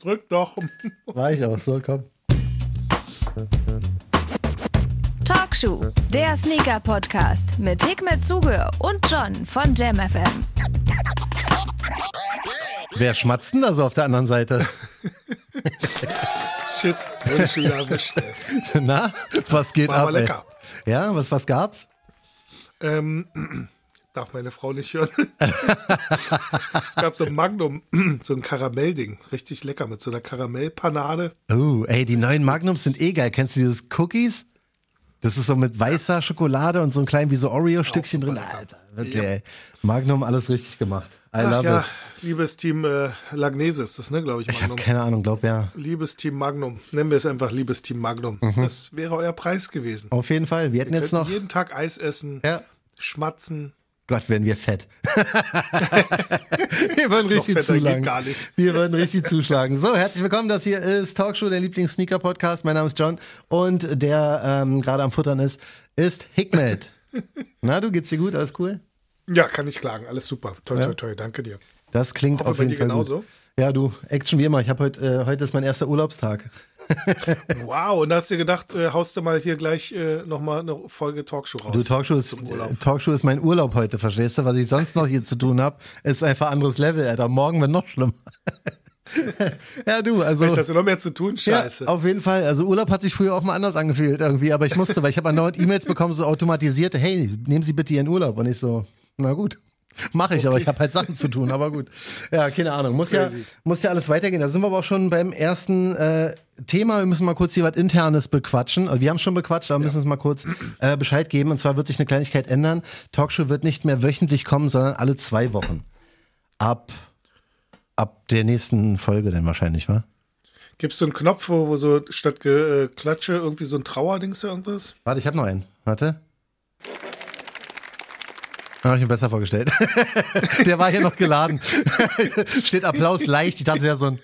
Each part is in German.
Drück doch. War ich auch so, komm. Talkshow, der Sneaker-Podcast mit Hikmet Zuge und John von JamFM. Wer schmatzt denn da so auf der anderen Seite? Shit, wurde ich schon wieder erwischt. ey. Na, was geht War ab? aber ey? lecker. Ja, was, was gab's? Ähm, darf meine Frau nicht hören. es gab so ein Magnum, so ein Karamellding. Richtig lecker mit so einer Karamellpanade. Oh, ey, die neuen Magnums sind eh geil. Kennst du dieses Cookies? Das ist so mit weißer Schokolade und so ein klein wie so Oreo-Stückchen drin. Alter, wirklich, ey. Magnum alles richtig gemacht. I Ach love ja, it. liebes Team äh, Lagnese ist das, ne, glaube ich, Ich habe Magnum. keine Ahnung, glaub ja. liebes Team Magnum. Nennen wir es einfach liebes Team Magnum. Das wäre euer Preis gewesen. Auf jeden Fall. Wir hätten Mhm. jetzt Könnten noch. jeden Tag Eis essen, Ja. schmatzen. Gott, werden wir fett. wir würden richtig fetter geht zuschlagen. gar nicht. Wir würden richtig zuschlagen. So, herzlich willkommen. Das hier ist Talkshow, der Lieblings-Sneaker-Podcast. Mein Name ist John und der ähm, gerade am Futtern ist, ist Hikmet. Na, du, geht's dir gut? Alles cool? Ja, kann ich klagen. Alles super. Toi, toi, toi. Danke dir. Das klingt Hoffe, auf bei jeden dir Fall genauso. gut. Ja, du, Action wie immer. Ich habe heute, äh, heute ist mein erster Urlaubstag. Wow, und da hast du gedacht, äh, haust du mal hier gleich äh, nochmal eine Folge Talkshow raus. Du, Talkshow ist, Zum Urlaub. äh, Talkshow ist mein Urlaub heute, verstehst du? Was ich sonst noch hier zu tun habe, ist einfach anderes Level, Alter. Morgen wird noch schlimmer. ja, du, also. Weißt du, hast du noch mehr zu tun? Scheiße. Ja, auf jeden Fall. Also Urlaub hat sich früher auch mal anders angefühlt irgendwie, aber ich musste, weil ich habe andauernd E-Mails bekommen, so automatisierte, hey, nehmen Sie bitte Ihren Urlaub. Und ich so, na gut, mache ich, aber ich habe halt Sachen zu tun, aber gut. Ja, keine Ahnung. Muss ja, Crazy. muss ja alles weitergehen. Da sind wir aber auch schon beim ersten äh, Thema. Wir müssen mal kurz hier was Internes bequatschen. Also Wir haben schon bequatscht, aber müssen es mal kurz äh, Bescheid geben. Und zwar wird sich eine Kleinigkeit ändern. Talkshow wird nicht mehr wöchentlich kommen, sondern alle zwei Wochen. Ab, ab der nächsten Folge dann wahrscheinlich, wa? Gibt es so einen Knopf, wo, wo so statt Ge- äh, Klatsche irgendwie so ein Trauerdings oder irgendwas? Warte, ich habe noch einen. Warte. Habe ich mir besser vorgestellt. Der war hier noch geladen. Steht Applaus leicht. Ich dachte ja so ein.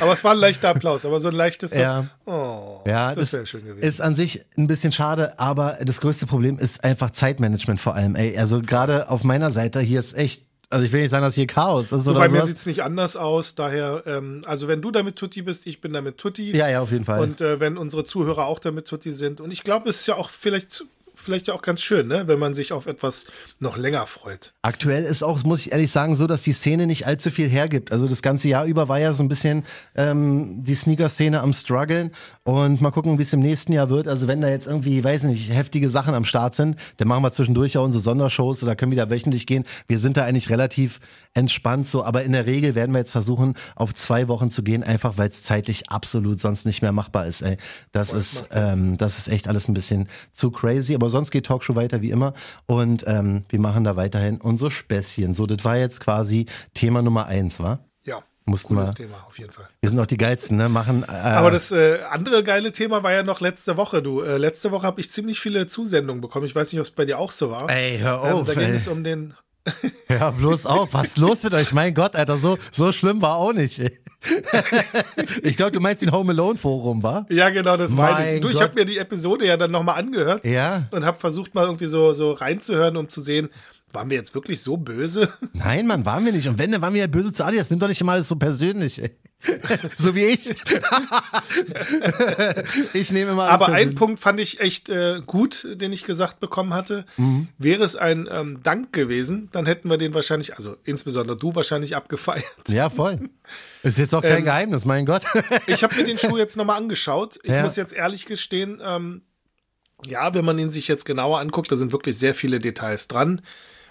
Aber es war ein leichter Applaus, aber so ein leichtes. so- Ja, Oh, ja das ist- wäre schön gewesen. Ist an sich ein bisschen schade, aber das größte Problem ist einfach Zeitmanagement vor allem. Ey, also gerade auf meiner Seite hier ist echt. Also ich will nicht sagen, dass hier Chaos ist Bei oder mir sowas. sieht es nicht anders aus. Daher, ähm, also wenn du damit Tutti bist, ich bin damit Tutti. Ja, ja, auf jeden Fall. Und äh, wenn unsere Zuhörer auch damit Tutti sind. Und ich glaube, es ist ja auch vielleicht, vielleicht ja auch ganz schön, ne? wenn man sich auf etwas noch länger freut. Aktuell ist auch, muss ich ehrlich sagen, so, dass die Szene nicht allzu viel hergibt. Also das ganze Jahr über war ja so ein bisschen ähm, die Sneaker-Szene am struggeln und mal gucken, wie es im nächsten Jahr wird. Also wenn da jetzt irgendwie, weiß nicht, heftige Sachen am Start sind, dann machen wir zwischendurch ja unsere Sondershows oder können wieder wöchentlich gehen. Wir sind da eigentlich relativ entspannt so, aber in der Regel werden wir jetzt versuchen, auf zwei Wochen zu gehen, einfach weil es zeitlich absolut sonst nicht mehr machbar ist. Ey. Das ist, ähm, das ist echt alles ein bisschen zu crazy, aber sonst geht Talkshow weiter wie immer und ähm, wir machen da weiterhin unsere Späßchen. So, das war jetzt quasi Thema Nummer eins, wa? Ja, Mussten cooles wir. Thema auf jeden Fall. Wir sind auch die geilsten, ne? Machen äh, Aber das äh, andere geile Thema war ja noch letzte Woche. Du, äh, letzte Woche habe ich ziemlich viele Zusendungen bekommen. Ich weiß nicht, ob es bei dir auch so war. Ey, hör Ähm, auf, da ging Oh, ey. es um den Hör bloß auf, was ist los mit euch? Mein Gott, Alter, so, so schlimm war auch nicht. ey. ich glaube, du meinst den Home Alone Forum, wa? Ja, genau, das meine Mein ich. Du, ich Gott. habe mir die Episode ja dann nochmal angehört Ja. und habe versucht, mal irgendwie so, so reinzuhören, um zu sehen, waren wir jetzt wirklich so böse? Nein, Mann, waren wir nicht. Und wenn, dann waren wir ja böse zu Adidas. Nimm doch nicht immer alles so persönlich, ey. So wie ich. ich nehme immer alles Aber ein persönlich. Punkt fand ich echt äh, gut, den ich gesagt bekommen hatte. Mhm. Wäre es ein ähm, Dank gewesen, dann hätten wir den wahrscheinlich, also insbesondere du wahrscheinlich abgefeiert. Ja, voll. Ist jetzt auch kein Ähm, Geheimnis, mein Gott. Ich habe mir den Schuh jetzt nochmal angeschaut. Ich Ja. muss jetzt ehrlich gestehen, ähm, ja, wenn man ihn sich jetzt genauer anguckt, da sind wirklich sehr viele Details dran.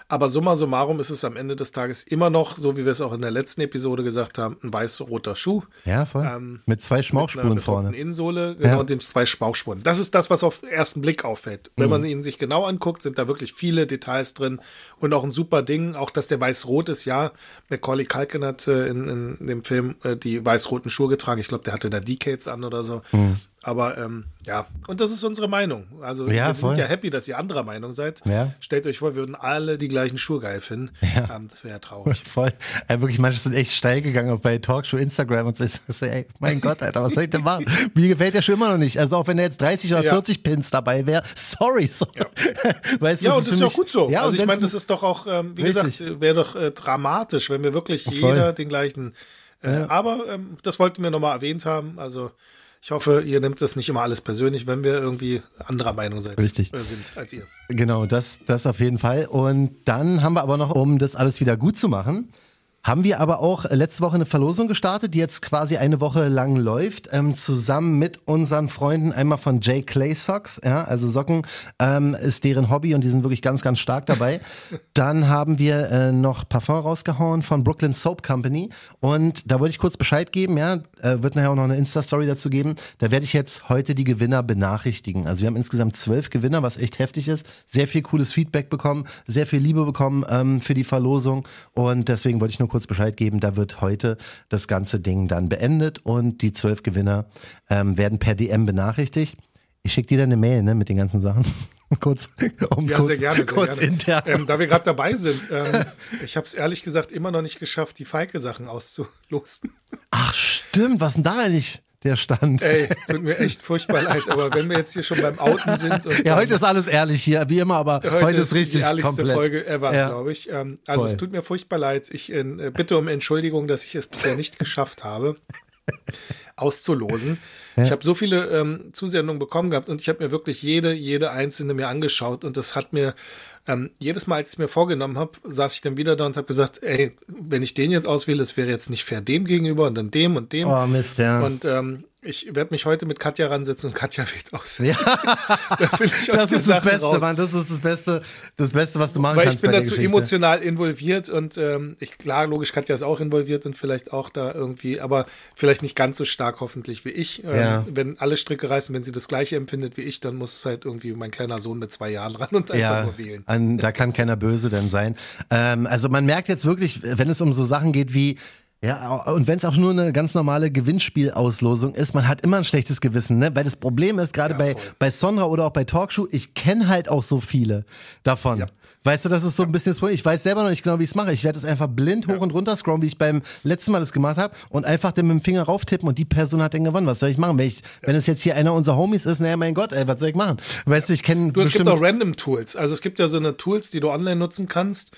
Aber summa summarum ist es am Ende des Tages immer noch, so wie wir es auch in der letzten Episode gesagt haben, ein weiß-roter Spuren Ja, voll. Ähm, mit zwei Schmauchspuren vorne. Innensohle, genau, Ja. und den zwei Spauchspuren. Das ist das, was auf den ersten Blick auffällt. Mhm. Wenn man ihn sich genau anguckt, sind da wirklich viele Details drin und auch ein super Ding, auch dass der weiß-rot ist. Ja, Macaulay Culkin hat äh, in, in dem Film äh, die weiß-roten Schuhe getragen. Ich glaube, der hatte da Decades an oder so. Mhm. Aber ähm, ja, und das ist unsere Meinung. Also Ja, wir voll. sind ja happy, dass ihr anderer Meinung seid. Ja. Stellt euch vor, wir würden alle die gleichen Schuhe geil finden. Ähm, das wäre ja traurig. Voll. Ey, wirklich, manche sind echt steil gegangen, auch bei Talkshow, Instagram und so. Ich so, ey, mein Gott, Alter, was soll ich denn machen? Mir gefällt der schon immer noch nicht. Also auch wenn er jetzt 30 oder Ja. 40 Pins dabei wäre, sorry, so. Weißt du, Ja, das und das ist für ja auch mich- gut so. Ja, also und ich wenn's meine, ein- das ist doch auch, ähm, wie Richtig. gesagt, wäre doch äh, dramatisch, wenn wir wirklich Voll. jeder den gleichen Äh, Aber ähm, das wollten wir nochmal erwähnt haben. Also ich hoffe, ihr nehmt das nicht immer alles persönlich, wenn wir irgendwie anderer Meinung seid, Richtig. äh, sind als ihr. Genau, das, das auf jeden Fall. Und dann haben wir aber noch, um das alles wieder gut zu machen, haben wir aber auch letzte Woche eine Verlosung gestartet, die jetzt quasi eine Woche lang läuft, ähm, zusammen mit unseren Freunden einmal von J. Clay Socks, ja, also Socken ähm, ist deren Hobby und die sind wirklich ganz, ganz stark dabei. Dann haben wir äh, noch Parfum rausgehauen von Brooklyn Soap Company und da wollte ich kurz Bescheid geben, ja, äh, wird nachher auch noch eine Insta-Story dazu geben. Da werde ich jetzt heute die Gewinner benachrichtigen. Also wir haben insgesamt zwölf Gewinner, was echt heftig ist. Sehr viel cooles Feedback bekommen, sehr viel Liebe bekommen ähm, für die Verlosung. Und deswegen wollte ich nur kurz Bescheid geben, da wird heute das ganze Ding dann beendet und die zwölf Gewinner ähm, werden per DM benachrichtigt. Ich schicke dir dann eine Mail ne, mit den ganzen Sachen. kurz, um Ja, kurz, sehr gerne. Sehr kurz gerne. intern. Ähm, da wir gerade dabei sind, ähm, ich habe es ehrlich gesagt immer noch nicht geschafft, die Feige-Sachen auszulosen. Ach stimmt, was denn da eigentlich der Stand? Ey, tut mir echt furchtbar leid, aber wenn wir jetzt hier schon beim Outen sind und ja, beim- heute ist alles ehrlich hier, wie immer, aber heute, ist richtig die ehrlichste komplett. Folge ever, Ja. glaube ich. Ähm, also Voll. es tut mir furchtbar leid. Ich äh, bitte um Entschuldigung, dass ich es bisher nicht geschafft habe, auszulosen. Ich habe so viele ähm, Zusendungen bekommen gehabt und ich habe mir wirklich jede, jede einzelne mir angeschaut und das hat mir ähm, jedes Mal, als ich es mir vorgenommen habe, saß ich dann wieder da und habe gesagt, ey, wenn ich den jetzt auswähle, es wäre jetzt nicht fair dem gegenüber und dann dem und dem. Oh Mist, ja. Und ähm, ich werde mich heute mit Katja ransetzen und Katja wird aus. Ja. Da will ich aus das der ist das Sache Beste, raus. Mann. Das ist das Beste, das Beste, was du machen Weil kannst. ich bin bei der dazu Geschichte. emotional involviert und ähm, ich, klar, logisch, Katja ist auch involviert und vielleicht auch da irgendwie, aber vielleicht nicht ganz so stark hoffentlich wie ich. Ähm, Ja. Wenn alle Stricke reißen, wenn sie das Gleiche empfindet wie ich, dann muss es halt irgendwie mein kleiner Sohn mit zwei Jahren ran und einfach Ja, Äh, nur wählen. an, da kann keiner böse denn sein. Ähm, also man merkt jetzt wirklich, wenn es um so Sachen geht wie ja, und wenn es auch nur eine ganz normale Gewinnspielauslosung ist, man hat immer ein schlechtes Gewissen, ne? Weil das Problem ist, gerade bei, bei Sonra oder auch bei Talkshow, ich kenne halt auch so viele davon. Weißt du, das ist so ein bisschen das Problem. Ich weiß selber noch nicht genau, wie ich es mache. Ich werde es einfach blind hoch und runter scrollen, wie ich beim letzten Mal das gemacht habe und einfach dann mit dem Finger rauftippen und die Person hat dann gewonnen. Was soll ich machen? Wenn, ich, wenn es jetzt hier einer unserer Homies ist, naja, mein Gott, ey, was soll ich machen? Weißt du, ich kenne Du, es gibt auch Random Tools. Also es gibt ja so eine Tools, die du online nutzen kannst.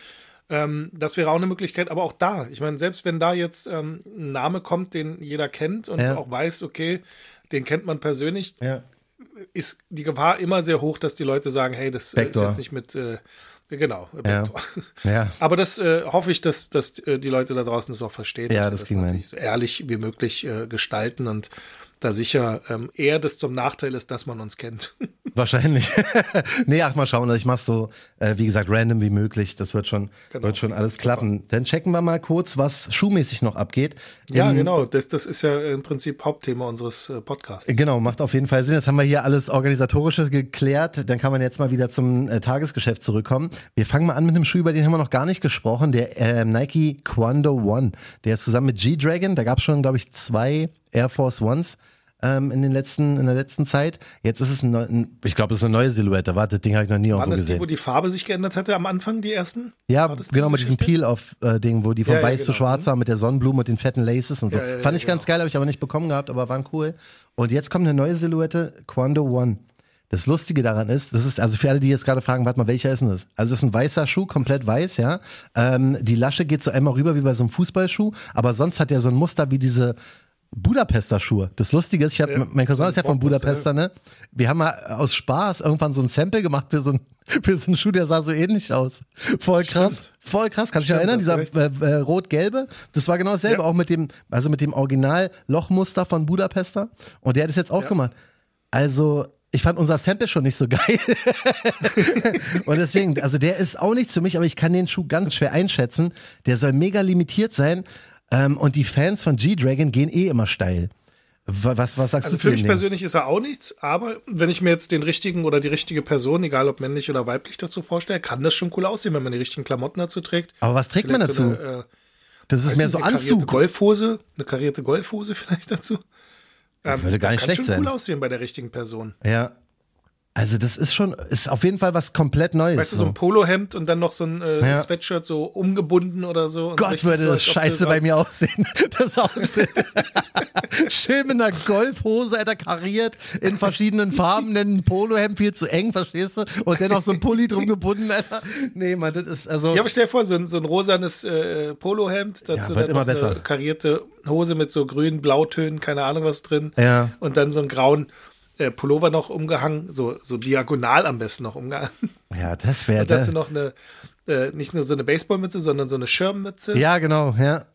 Ähm, das wäre auch eine Möglichkeit, aber auch da, ich meine, selbst wenn da jetzt ähm, ein Name kommt, den jeder kennt und Ja. auch weiß, okay, den kennt man persönlich, Ja. ist die Gefahr immer sehr hoch, dass die Leute sagen, hey, das äh, Backdoor. ist jetzt nicht mit, äh, genau, äh, Ja. Backdoor. Ja. Aber das äh, hoffe ich, dass, dass äh, die Leute da draußen das auch verstehen. Ja, dass wir das kriegen wir natürlich so ehrlich wie möglich äh, gestalten und da sicher ähm, eher das zum Nachteil ist, dass man uns kennt. Wahrscheinlich. nee, ach mal schauen. Also Ich mach's so, äh, wie gesagt, random wie möglich. Das wird schon, wird schon alles klappen. Dann checken wir mal kurz, was schuhmäßig noch abgeht. ja, Im- genau. Das, das ist ja im Prinzip Hauptthema unseres äh, Podcasts. Genau, macht auf jeden Fall Sinn. Jetzt haben wir hier alles Organisatorische geklärt. Dann kann man jetzt mal wieder zum äh, Tagesgeschäft zurückkommen. Wir fangen mal an mit einem Schuh, über den haben wir noch gar nicht gesprochen. Der ähm, Nike Quando One. Der ist zusammen mit G-Dragon. Da gab es schon, glaube ich, zwei Air Force Ones. Ähm, in, den letzten, in der letzten Zeit. Jetzt ist es ein, neu, ein ich glaube, es ist eine neue Silhouette. Warte, das Ding habe ich noch nie Wann irgendwo ist die, gesehen. wo die Farbe sich geändert hatte am Anfang, die ersten? Ja, War das die genau, mit diesem Geschichte? Peel-Off-Ding, wo die von Ja, ja, weiß zu genau. schwarz waren, mit der Sonnenblume und den fetten Laces und Ja, so. ja, genau. ja, Fand ich ganz geil, habe ich aber nicht bekommen gehabt, aber waren cool. Und jetzt kommt eine neue Silhouette, Quando One. Das Lustige daran ist, das ist, also für alle, die jetzt gerade fragen, warte mal, welcher ist denn das? Also es ist ein weißer Schuh, komplett weiß, ja. Ähm, die Lasche geht so einmal rüber wie bei so einem Fußballschuh, aber sonst hat er so ein Muster wie diese Budapester Schuhe. Das Lustige ist, ich habe, mein Cousin ist ja von Bockwurst, Budapester, ne? Wir haben mal aus Spaß irgendwann so ein Sample gemacht für so einen, für so einen Schuh, der sah so ähnlich aus. Voll krass. Voll krass. Kannst du dich erinnern? Stimmt, Dieser hast äh, äh, rot-gelbe. Das war genau dasselbe, Ja. auch mit dem, also mit dem Original-Lochmuster von Budapester. Und der hat es jetzt auch gemacht. Also, ich fand unser Sample schon nicht so geil. Und deswegen, also der ist auch nichts für mich, aber ich kann den Schuh ganz schwer einschätzen. Der soll mega limitiert sein. Ähm, und die Fans von G-Dragon gehen eh immer steil. Wa- Was, was sagst Also du zu für dem mich Ding? persönlich ist er auch nichts, aber wenn ich mir jetzt den richtigen oder die richtige Person, egal ob männlich oder weiblich, dazu vorstelle, kann das schon cool aussehen, wenn man die richtigen Klamotten dazu trägt. Aber was trägt man Vielleicht dazu? So eine, äh, das ist weiß mehr nicht, so eine karierte Anzug. Golfhose, eine karierte Golfhose vielleicht dazu. Ähm, Würde gar nicht das kann schlecht schon sein. cool aussehen bei der richtigen Person. Ja. Also das ist schon, ist auf jeden Fall was komplett Neues. Weißt du, so ein Polohemd und dann noch so ein äh, Ja. Sweatshirt so umgebunden oder so. und Gott, richtig würde so, das als ob du scheiße bei grad- mir aussehen, das Outfit. Schön mit einer Golfhose, Alter, kariert, in verschiedenen Farben, denn ein Polohemd viel zu eng, verstehst du? Und dennoch so ein Pulli drum gebunden, Alter. Nee, man, das ist, also. Ja, aber stell dir vor, so ein, so ein rosanes äh, Polohemd, dazu wird dann immer noch besser. eine karierte Hose mit so grünen Blautönen, keine Ahnung was drin. Ja. Und dann so einen grauen äh, Pullover noch umgehangen, so, so diagonal am besten noch umgehangen. ja, das wäre Und dazu noch eine, äh, nicht nur so eine Baseballmütze, sondern so eine Schirmmütze. Ja, genau, ja.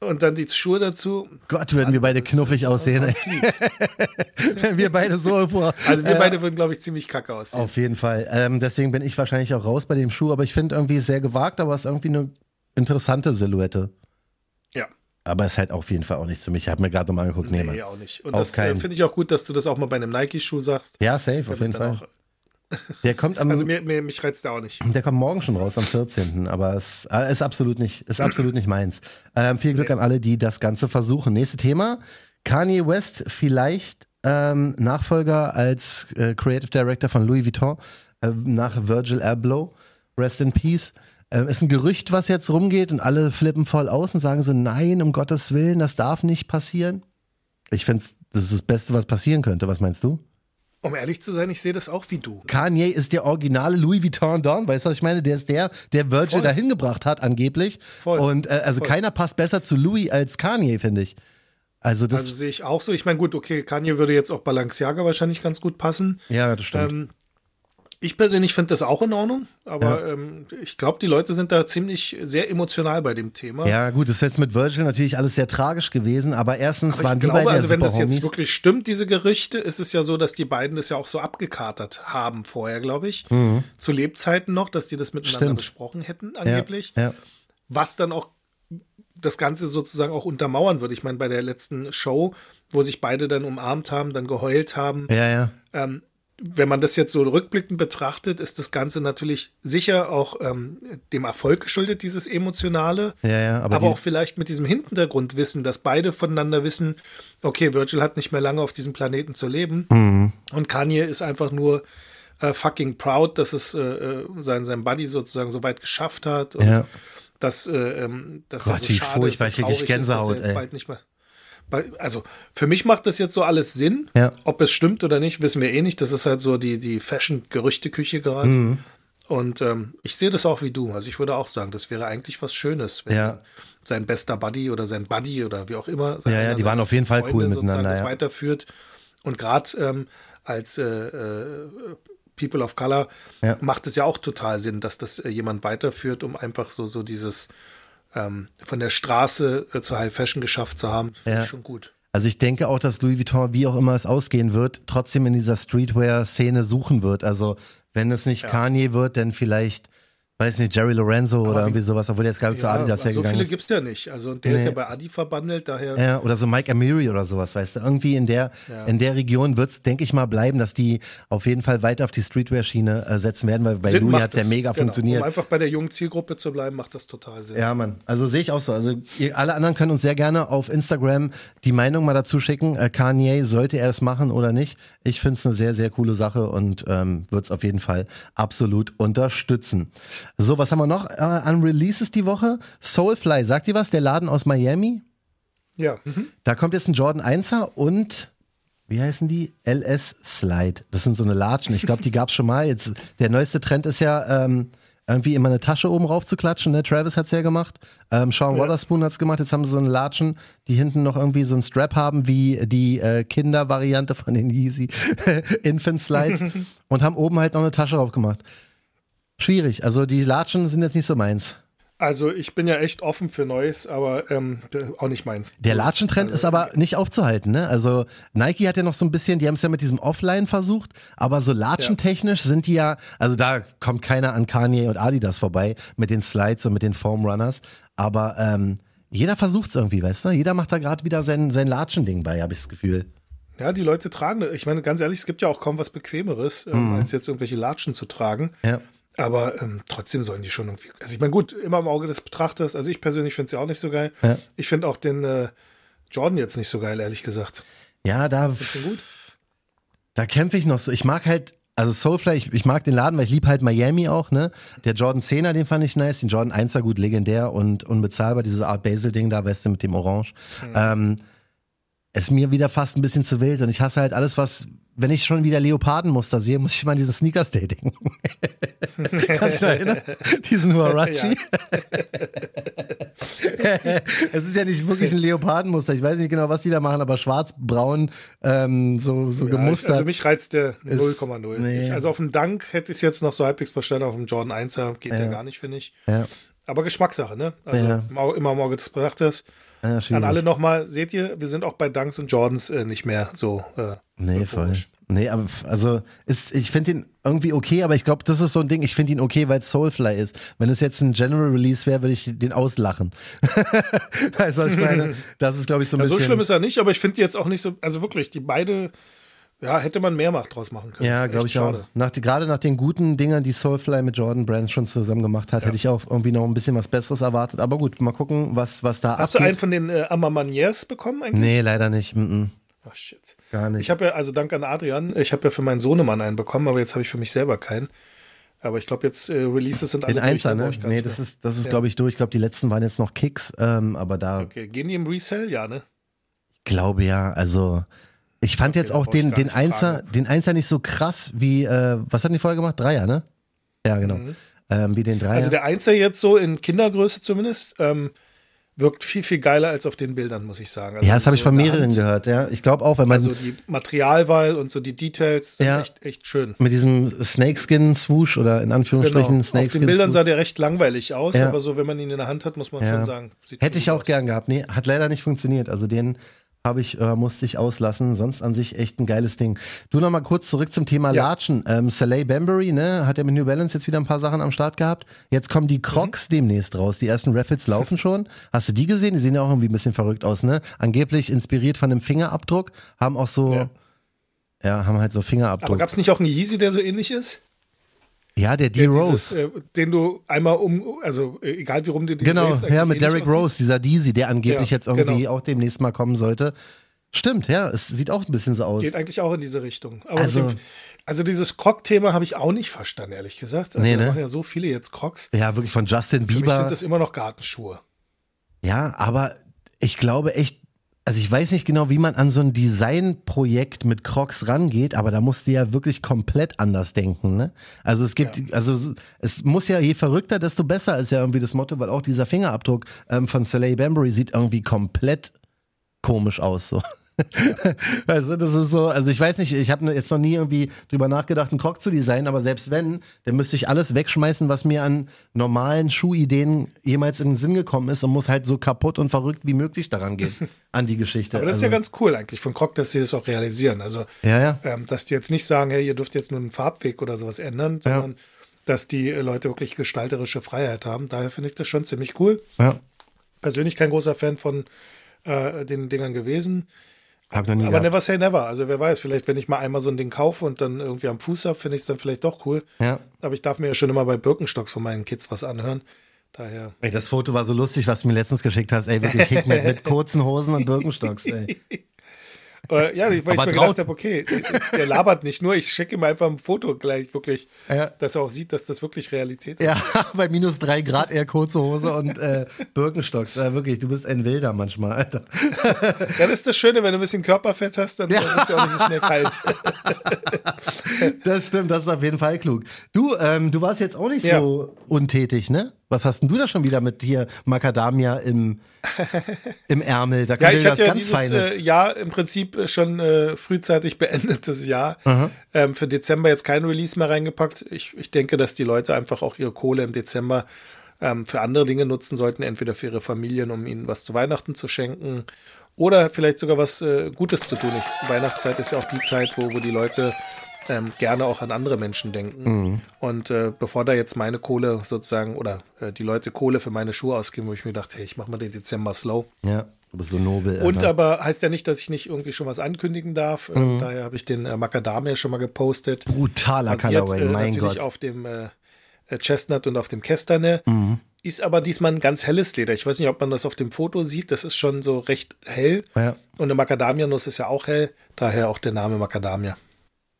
Und dann die Schuhe dazu. Gott, würden wir beide knuffig Also, aussehen, ey. Wenn wir beide so vor. äh, Also wir äh, beide würden, glaube ich, ziemlich kacke aussehen. Auf jeden Fall. Ähm, deswegen bin ich wahrscheinlich auch raus bei dem Schuh, aber ich finde irgendwie sehr gewagt, aber es ist irgendwie eine interessante Silhouette. Ja. Aber ist halt auf jeden Fall auch nichts für mich. Ich habe mir gerade noch mal angeguckt. Nee, Mann. Nee, auch nicht. Und Auf das äh, keinen. finde ich auch gut, dass du das auch mal bei einem Nike-Schuh sagst. Ja, safe, auf Damit jeden dann Fall. Mhm. Der kommt am, also mir, mir, mich reizt da auch nicht. der kommt morgen schon raus, am 14. Aber es äh, ist absolut nicht, ist absolut nicht meins. Ähm, viel Glück an alle, die das Ganze versuchen. Nächstes Thema. Kanye West vielleicht ähm, Nachfolger als äh, Creative Director von Louis Vuitton äh, nach Virgil Abloh. Rest in Peace. Ähm, ist ein Gerücht, was jetzt rumgeht und alle flippen voll aus und sagen so, nein, um Gottes Willen, das darf nicht passieren. Ich finde, das ist das Beste, was passieren könnte. Was meinst du? Um ehrlich zu sein, ich sehe das auch wie du. Kanye ist der originale Louis Vuitton Don, weißt du, was ich meine? Der ist der, der Virgil Voll. dahin gebracht hat, angeblich. Voll. Und äh, also Voll. keiner passt besser zu Louis als Kanye, finde ich. Also das, Also sehe ich auch so. Ich meine, gut, okay, Kanye würde jetzt auch Balenciaga wahrscheinlich ganz gut passen. ja, das stimmt. Ähm, ich persönlich finde das auch in Ordnung, aber ähm, ich glaube, die Leute sind da ziemlich sehr emotional bei dem Thema. ja, gut, das ist jetzt mit Virgil natürlich alles sehr tragisch gewesen, aber erstens Aber waren ich die glaube, beiden also ja wenn super das jetzt Homies. wirklich stimmt, diese Gerüchte, ist es ja so, dass die beiden das ja auch so abgekatert haben vorher, glaube ich. Zu Lebzeiten noch, dass die das miteinander Mhm. Stimmt. besprochen hätten, ja, angeblich. ja. was dann auch das Ganze sozusagen auch untermauern würde. Ich meine, bei der letzten Show, wo sich beide dann umarmt haben, dann geheult haben, ja, ja. ähm, wenn man das jetzt so rückblickend betrachtet, ist das Ganze natürlich sicher auch ähm, dem Erfolg geschuldet, dieses Emotionale. Ja, ja, aber aber die- auch vielleicht mit diesem Hintergrundwissen, dass beide voneinander wissen, okay, Virgil hat nicht mehr lange auf diesem Planeten zu leben Mhm. und Kanye ist einfach nur äh, fucking proud, dass es äh, äh, sein, sein Buddy sozusagen so weit geschafft hat und Ja. dass, äh, ähm, dass er Gott, so wie schade furchtbar, ist ich und traurig krieg ich ist, dass er Gänsehaut, jetzt ey. bald nicht mehr bei- also für mich macht das jetzt so alles Sinn. Ja. Ob es stimmt oder nicht, wissen wir eh nicht. Das ist halt so die, die Fashion-Gerüchteküche gerade. Mhm. Und ähm, ich sehe das auch wie du. Also ich würde auch sagen, das wäre eigentlich was Schönes, wenn Ja. sein bester Buddy oder sein Buddy oder wie auch immer. sein Ja, ja, einer die waren seiner auf jeden Fall Freunde cool sozusagen miteinander, Das ja. weiterführt. Und gerade ähm, als äh, äh, People of Color Ja. macht es ja auch total Sinn, dass das äh, jemand weiterführt, um einfach so, so dieses ähm, von der Straße äh, zu High Fashion geschafft zu haben. Finde Ja. ich schon gut. Also ich denke auch, dass Louis Vuitton, wie auch immer es ausgehen wird, trotzdem in dieser Streetwear-Szene suchen wird. Also wenn es nicht Kanye wird, dann vielleicht, weiß nicht, Jerry Lorenzo oder wie- irgendwie sowas, obwohl der jetzt gerade zu Adidas so hergegangen viele ist. gibt es ja nicht. Also und der ist Nee. ja bei Adi verbandelt, daher. Ja, oder so Mike Amiri oder sowas, weißt du? Irgendwie in der, Ja. in der Region wird's, denke ich mal, bleiben, dass die auf jeden Fall weiter auf die Streetwear-Schiene äh, setzen werden, weil bei Sinn Louis macht hat's ja es. mega Genau. funktioniert. Um einfach bei der jungen Zielgruppe zu bleiben, macht das total Sinn. Ja, Mann. Also sehe ich auch so. Also ihr, alle anderen können uns sehr gerne auf Instagram die Meinung mal dazu schicken. Äh, Kanye, sollte er es machen oder nicht? Ich find's eine sehr, sehr coole Sache und ähm, würd's auf jeden Fall absolut unterstützen. So, was haben wir noch äh, an Releases die Woche? Soulfly, sagt ihr was? Der Laden aus Miami? Ja. Mhm. Da kommt jetzt ein Jordan 1er und wie heißen die? LS Slide. Das sind so eine Latschen. Ich glaube, die gab es schon mal. Jetzt, der neueste Trend ist ja, ähm, irgendwie immer eine Tasche oben rauf zu klatschen. Ne? Travis hat's ja gemacht. Ähm, Sean Wotherspoon hat's gemacht. Jetzt haben sie so eine Latschen, die hinten noch irgendwie so einen Strap haben, wie die äh, Kindervariante von den Yeezy Infant Slides. und haben oben halt noch eine Tasche drauf gemacht. Schwierig. Also die Latschen sind jetzt nicht so meins. Also ich bin ja echt offen für Neues, aber ähm, auch nicht meins. Der Latschentrend ist aber nicht aufzuhalten, ne? Also Nike hat ja noch so ein bisschen, die haben es ja mit diesem Offline versucht, aber so latschentechnisch sind die ja, also da kommt keiner an Kanye und Adidas vorbei mit den Slides und mit den Foam Runners, aber ähm, jeder versucht's irgendwie, weißt du? Jeder macht da gerade wieder sein, sein Latschending bei, habe ich das Gefühl. Ja, die Leute tragen, ich meine, ganz ehrlich, es gibt ja auch kaum was Bequemeres, ähm, als jetzt irgendwelche Latschen zu tragen. Mhm. Ja. Aber ähm, trotzdem sollen die schon irgendwie. Also ich meine, gut, immer im Auge des Betrachters. Also ich persönlich finde es ja auch nicht so geil. Ja. Ich finde auch den äh, Jordan jetzt nicht so geil, ehrlich gesagt. Ja, da, Bisschen gut. da kämpfe ich noch so. Ich mag halt, also Soulfly, ich, ich mag den Laden, weil ich liebe halt Miami auch, ne? Der Jordan 10er, den fand ich nice, den Jordan 1er gut, Hm. legendär und unbezahlbar, dieses Art Basel-Ding da, weißt du, mit dem Orange. Ähm, ist mir wieder fast ein bisschen zu wild und ich hasse halt alles, was, wenn ich schon wieder Leopardenmuster sehe, muss ich mal an dieses Sneakers-Day denken. Kannst du dich noch erinnern? Diesen Huarachi. es ist ja nicht wirklich ein Leopardenmuster. Ich weiß nicht genau, was die da machen, aber schwarz-braun, ähm, so, so Ja, ich- gemustert. also mich reizt der Ist- 0,0. nee. Ich- Also auf dem Dank hätte ich es jetzt noch so halbwegs verstanden, auf dem Jordan 1er geht ja, gar nicht, finde ich. ja, Aber Geschmackssache, ne? Also Ja. mau- immer im Auge des Betrachters. ja, An schwierig. alle nochmal, seht ihr, wir sind auch bei Dunks und Jordans äh, nicht mehr so. Äh, Nee, voll. euphorisch. Nee, aber f- also ist, ich finde ihn irgendwie okay, aber ich glaube, das ist so ein Ding, ich finde ihn okay, weil es Soulfly ist. Wenn es jetzt ein General Release wäre, würde ich den auslachen. weißt du, was ich meine? Das ist, glaube ich, so ein Ja, bisschen. Also so schlimm ist er nicht, aber ich finde die jetzt auch nicht so. Also wirklich, die beide, ja, hätte man mehr Macht draus machen können. ja, Echt glaube ich schade. auch. Nach, die- gerade nach den guten Dingern, die Soulfly mit Jordan Brands schon zusammen gemacht hat, hätte ich auch irgendwie noch ein bisschen was Besseres erwartet. Aber gut, mal gucken, was, was da Hast du einen abgeht. von den äh, Amamaniers bekommen eigentlich? nee, leider nicht. Mm Ach, shit. Gar nicht. Ich habe ja, also dank an Adrian, ich habe ja für meinen Sohnemann einen bekommen, aber jetzt habe ich für mich selber keinen. Aber ich glaube, jetzt äh, Releases sind alle Den Einser, ne? Nee, Nee, das ist, das ist, glaube ich, durch. Ich glaube, die letzten waren jetzt noch Kicks, ähm, aber da okay. Gehen die im Resell? Ja, ne? glaube ja, also ich fand jetzt da auch brauch ich den, gar den, nicht Einser, fragen. den Einser nicht so krass wie, äh, was hatten die vorher gemacht? Dreier, ne? Ja, genau. Ähm, wie den Dreier. Mhm. Also der Einser jetzt so in Kindergröße zumindest, ähm, wirkt viel, viel geiler als auf den Bildern, muss ich sagen. Also ja, das habe ich so in von der mehreren Hand, gehört, ja. Ich glaube auch, wenn man Also die Materialwahl und so die Details sind Ja. echt, echt schön. mit diesem Snakeskin-Swoosh oder in Genau. Anführungsstrichen Auf den Bildern Snakeskin-Swoosh. sah der recht langweilig aus, Ja. aber so, wenn man ihn in der Hand hat, muss man Ja. schon sagen. sieht Hätte schon ich gut auch aus. gern gehabt. Nee, hat leider nicht funktioniert. Also den habe ich, äh, musste ich auslassen. Sonst an sich echt ein geiles Ding. Du noch mal kurz zurück zum Thema Ja. Latschen. Ähm, Saleh Bambury, ne, hat ja mit New Balance jetzt wieder ein paar Sachen am Start gehabt. Jetzt kommen die Crocs Mhm. demnächst raus. Die ersten Raffles laufen schon. Hast du die gesehen? Die sehen ja auch irgendwie ein bisschen verrückt aus, ne? Angeblich inspiriert von einem Fingerabdruck. Haben auch so, ja, Ja. haben halt so Aber Fingerabdruck. gab es nicht auch einen Yeezy, der so ähnlich ist? ja, der Der D-Rose. Dieses, äh, den du einmal um, also äh, egal wie rum du den Genau, drehst, eigentlich ja, mit ähnlich Derrick aussieht. Rose, dieser Deasy, der angeblich Ja, jetzt irgendwie genau. auch demnächst mal kommen sollte. Stimmt, ja, es sieht auch ein bisschen so aus. Geht eigentlich auch in diese Richtung. Aber Also- also, dem, also dieses Krog-Thema habe ich auch nicht verstanden, ehrlich gesagt. Also Nee, nee, ne? machen ja so viele jetzt Crocs. Ja, wirklich von Justin Für mich Bieber. sind das immer noch Gartenschuhe. Ja, aber ich glaube echt, also ich weiß nicht genau, wie man an so ein Designprojekt mit Crocs rangeht, aber da musst du ja wirklich komplett anders denken, ne? Also es gibt, also es muss ja, je verrückter, desto besser ist ja irgendwie das Motto, weil auch dieser Fingerabdruck ähm, von Saleh Bambury sieht irgendwie komplett komisch aus, so. Weißt du, das ist so, also ich weiß nicht, ich habe jetzt noch nie irgendwie drüber nachgedacht, einen Croc zu designen, aber selbst wenn, dann müsste ich alles wegschmeißen, was mir an normalen Schuhideen jemals in den Sinn gekommen ist und muss halt so kaputt und verrückt wie möglich daran gehen, an die Geschichte. Aber das ist also, ja ganz cool eigentlich von Krog, dass sie das auch realisieren. Also, Ja, ja. ähm, dass die jetzt nicht sagen, hey, ihr dürft jetzt nur einen Farbweg oder sowas ändern, sondern dass die äh, Leute wirklich gestalterische Freiheit haben. Daher finde ich das schon ziemlich cool. ja. Persönlich kein großer Fan von äh, den Dingern gewesen. Hab noch nie Aber gehabt. never say never. Also wer weiß, vielleicht wenn ich mal einmal so ein Ding kaufe und dann irgendwie am Fuß habe, finde ich es dann vielleicht doch cool. Ja. Aber ich darf mir ja schon immer bei Birkenstocks von meinen Kids was anhören. Daher. Ey, das Foto war so lustig, was du mir letztens geschickt hast, ey, wirklich Hick mit, mit kurzen Hosen und Birkenstocks, ey. Äh, ja, weil Aber ich mir gedacht draußen- habe, okay, der labert nicht nur, ich schicke ihm einfach ein Foto gleich wirklich, Ja. dass er auch sieht, dass das wirklich Realität ist. Ja, bei minus drei Grad eher kurze Hose und äh, Birkenstocks. Äh, wirklich, du bist ein Wilder manchmal, Alter. Ja, das ist das Schöne, wenn du ein bisschen Körperfett hast, dann wird es ja auch nicht so schnell kalt. Das stimmt, das ist auf jeden Fall klug. Du, ähm, du warst jetzt auch nicht Ja. so untätig, ne? Was hast denn du da schon wieder mit hier Macadamia im, im Ärmel? Da Ja, kommt ich ja, was hatte ja ganz dieses Feines. äh, Jahr im Prinzip äh, schon äh, frühzeitig beendetes Jahr. Ähm, für Dezember jetzt kein Release mehr reingepackt. Ich, ich denke, dass die Leute einfach auch ihre Kohle im Dezember ähm, für andere Dinge nutzen sollten, entweder für ihre Familien, um ihnen was zu Weihnachten zu schenken oder vielleicht sogar was äh, Gutes zu tun. Ich, Weihnachtszeit ist ja auch die Zeit, wo, wo die Leute ähm, gerne auch an andere Menschen denken. Mhm. Und äh, bevor da jetzt meine Kohle sozusagen oder äh, die Leute Kohle für meine Schuhe ausgeben, wo ich mir dachte, hey, ich mache mal den Dezember slow. ja, du bist so nobel. Und Alter. aber heißt ja nicht, dass ich nicht irgendwie schon was ankündigen darf. Mhm. Ähm, Daher habe ich den äh, Macadamia schon mal gepostet. brutaler Basiert Colorway, äh, mein natürlich Gott. auf dem äh, äh, Chestnut und auf dem Kestane. Mhm. Ist aber diesmal ein ganz helles Leder. Ich weiß nicht, ob man das auf dem Foto sieht. Das ist schon so recht hell. Ja. Und eine Macadamia-Nuss ist ja auch hell. Daher auch der Name Macadamia.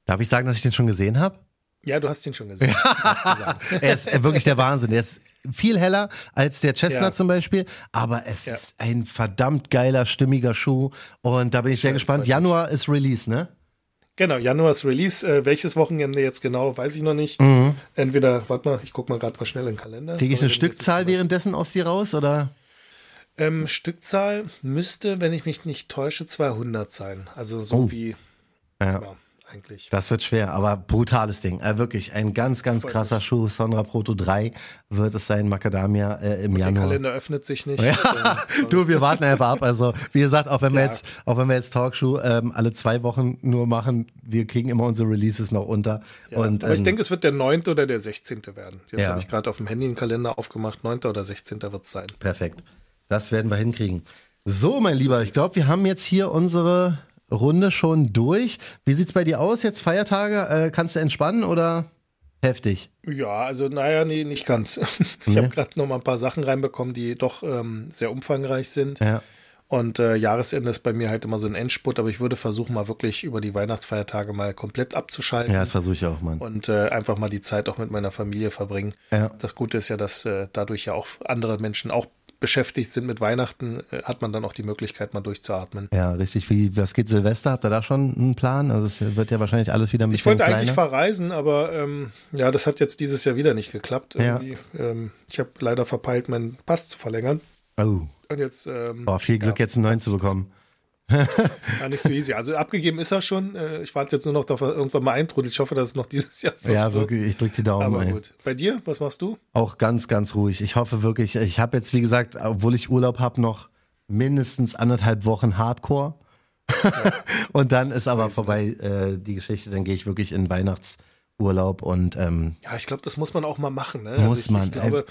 Darf ich sagen, dass ich den schon gesehen habe? Ja, du hast ihn schon gesehen. darfst du sagen. Er ist äh, wirklich der Wahnsinn. Er ist viel heller als der Chestnut Ja. zum Beispiel, aber es Ja. ist ein verdammt geiler, stimmiger Schuh. Und da bin ich sehr gespannt. Januar ist Release, ne? Genau, Januar ist Release. Äh, welches Wochenende jetzt genau, weiß ich noch nicht. Entweder, warte mal, ich guck mal gerade mal schnell in den Kalender. Kriege Mhm. Sorry, ich eine wenn jetzt Stückzahl währenddessen aus dir raus? Oder? Ähm, Stückzahl müsste, wenn ich mich nicht täusche, 200 sein. Also so Oh. wie Ja. ja, eigentlich. Das wird schwer, aber brutales Ding. Äh, wirklich ein ganz, ganz krasser Schuh. Sonra Proto 3 wird es sein, Macadamia äh, im Der Januar. Kalender öffnet sich nicht. Ja, Ähm, du, wir warten einfach ab. Also, wie gesagt, auch wenn wir Ja. jetzt, auch wenn wir jetzt Talkshow ähm, alle zwei Wochen nur machen, wir kriegen immer unsere Releases noch unter. ja. und, Aber ich ähm, denke, es wird der 9. oder der 16. werden. Jetzt Ja. habe ich gerade auf dem Handy einen Kalender aufgemacht. 9. oder 16. wird es sein. Perfekt. Das werden wir hinkriegen. So, mein Lieber, ich glaube, wir haben jetzt hier unsere Runde schon durch. Wie sieht's bei dir aus jetzt? Feiertage? Äh, kannst du entspannen oder heftig? Ja, also naja, nee, nicht ganz. Ich Nee. habe gerade noch mal ein paar Sachen reinbekommen, die doch ähm, sehr umfangreich sind. Ja. Und äh, Jahresende ist bei mir halt immer so ein Endspurt, aber ich würde versuchen, mal wirklich über die Weihnachtsfeiertage mal komplett abzuschalten Ja, das versuche ich auch, Mann. und äh, einfach mal die Zeit auch mit meiner Familie verbringen. Ja. Das Gute ist ja, dass äh, dadurch ja auch andere Menschen auch beschäftigt sind mit Weihnachten, äh, hat man dann auch die Möglichkeit, mal durchzuatmen. Ja, richtig. Wie, was geht Silvester? Habt ihr da schon einen Plan? Also es wird ja wahrscheinlich alles wieder ein Ich bisschen wollte eigentlich kleiner. verreisen, aber ähm, ja, das hat jetzt dieses Jahr wieder nicht geklappt. Ja. Irgendwie. Ähm, ich habe leider verpeilt, meinen Pass zu verlängern. Oh. Und jetzt ähm, oh, viel Glück, jetzt einen neuen zu bekommen. ja, nicht so easy. Also abgegeben ist er schon. Äh, ich warte jetzt nur noch, dass er irgendwann mal eintrudelt. Ich hoffe, dass es noch dieses Jahr was ja, wird. wirklich, Oh ich drücke die Daumen. Aber ey. gut. Bei dir, was machst du? Auch ganz, ganz ruhig. Ich hoffe wirklich, ich habe jetzt, wie gesagt, obwohl ich Urlaub habe, noch mindestens anderthalb Wochen Hardcore. und dann ist aber vorbei äh, die Geschichte. Dann gehe ich wirklich in Weihnachtsurlaub und ähm, Ja, ich glaube, das muss man auch mal machen. Ne? Muss ich, man, Ich glaube,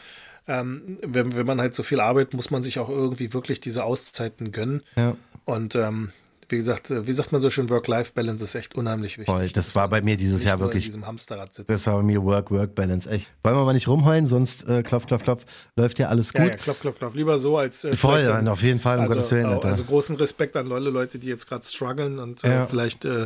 ähm, wenn, wenn man halt so viel arbeitet, muss man sich auch irgendwie wirklich diese Auszeiten gönnen. ja. Und ähm, wie gesagt, äh, wie sagt man so schön, Work-Life-Balance ist echt unheimlich wichtig. voll. Das war bei mir dieses Nicht Jahr nur wirklich in diesem Hamsterrad sitzen. Das war bei mir Work-Work-Balance, echt. Wollen wir mal nicht rumheulen, sonst äh, klopf, klopf, klopf, läuft ja alles ja, gut. ja, klopf, klopf, klopf. Lieber so als. Äh, Voll, vielleicht- nein, auf jeden Fall, um also, Gottes Willen. au- Alter. also großen Respekt an Leute, Leute, die jetzt gerade strugglen und Ja. äh, vielleicht äh,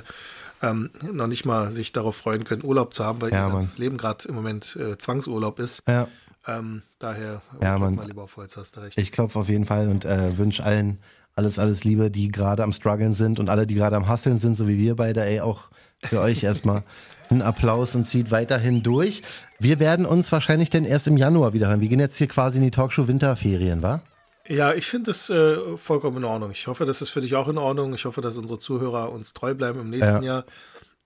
ähm, noch nicht mal sich darauf freuen können, Urlaub zu haben, weil Ja, ihr Mann. ganzes Leben gerade im Moment äh, Zwangsurlaub ist. ja, Ähm, daher, Ja, drück Mann. mal lieber auf Holz, hast du recht. ich klopfe auf jeden Fall und äh, wünsche allen alles, alles Liebe, die gerade am Struggeln sind und alle, die gerade am Hustlen sind, so wie wir beide, ey, auch für euch erstmal einen Applaus und zieht weiterhin durch. Wir werden uns wahrscheinlich dann erst im Januar wieder hören. Wir gehen jetzt hier quasi in die Talkshow-Winterferien, wa? Ja, ich finde es äh, vollkommen in Ordnung. Ich hoffe, das ist für dich auch in Ordnung. Ich hoffe, dass unsere Zuhörer uns treu bleiben im nächsten Jahr.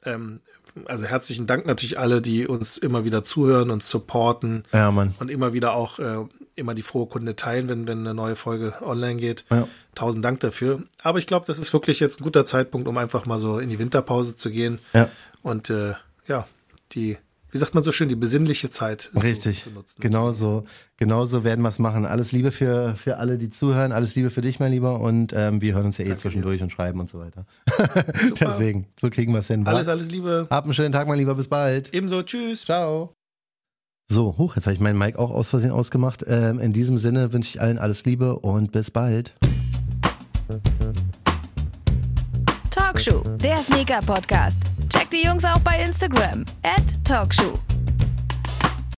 Ähm, also herzlichen Dank natürlich alle, die uns immer wieder zuhören und supporten Ja, Mann. und immer wieder auch äh, immer die frohe Kunde teilen, wenn, wenn eine neue Folge online geht. Ja. Tausend Dank dafür. Aber ich glaube, das ist wirklich jetzt ein guter Zeitpunkt, um einfach mal so in die Winterpause zu gehen Ja. und äh, ja, die, wie sagt man so schön, die besinnliche Zeit so Richtig, Genau zu nutzen. genauso, genauso werden wir es machen. Alles Liebe für, für alle, die zuhören, alles Liebe für dich, mein Lieber. Und ähm, wir hören uns ja eh zwischendurch und schreiben und so weiter. Deswegen, so kriegen wir es hin. wa? Alles, alles Liebe. Hab einen schönen Tag, mein Lieber. Bis bald. Ebenso, tschüss. Ciao. So, hoch, jetzt habe ich meinen Mic auch aus Versehen ausgemacht. Ähm, in diesem Sinne wünsche ich allen alles Liebe und bis bald. Talkshow, der Sneaker-Podcast. Checkt die Jungs auch bei Instagram. Talkshow.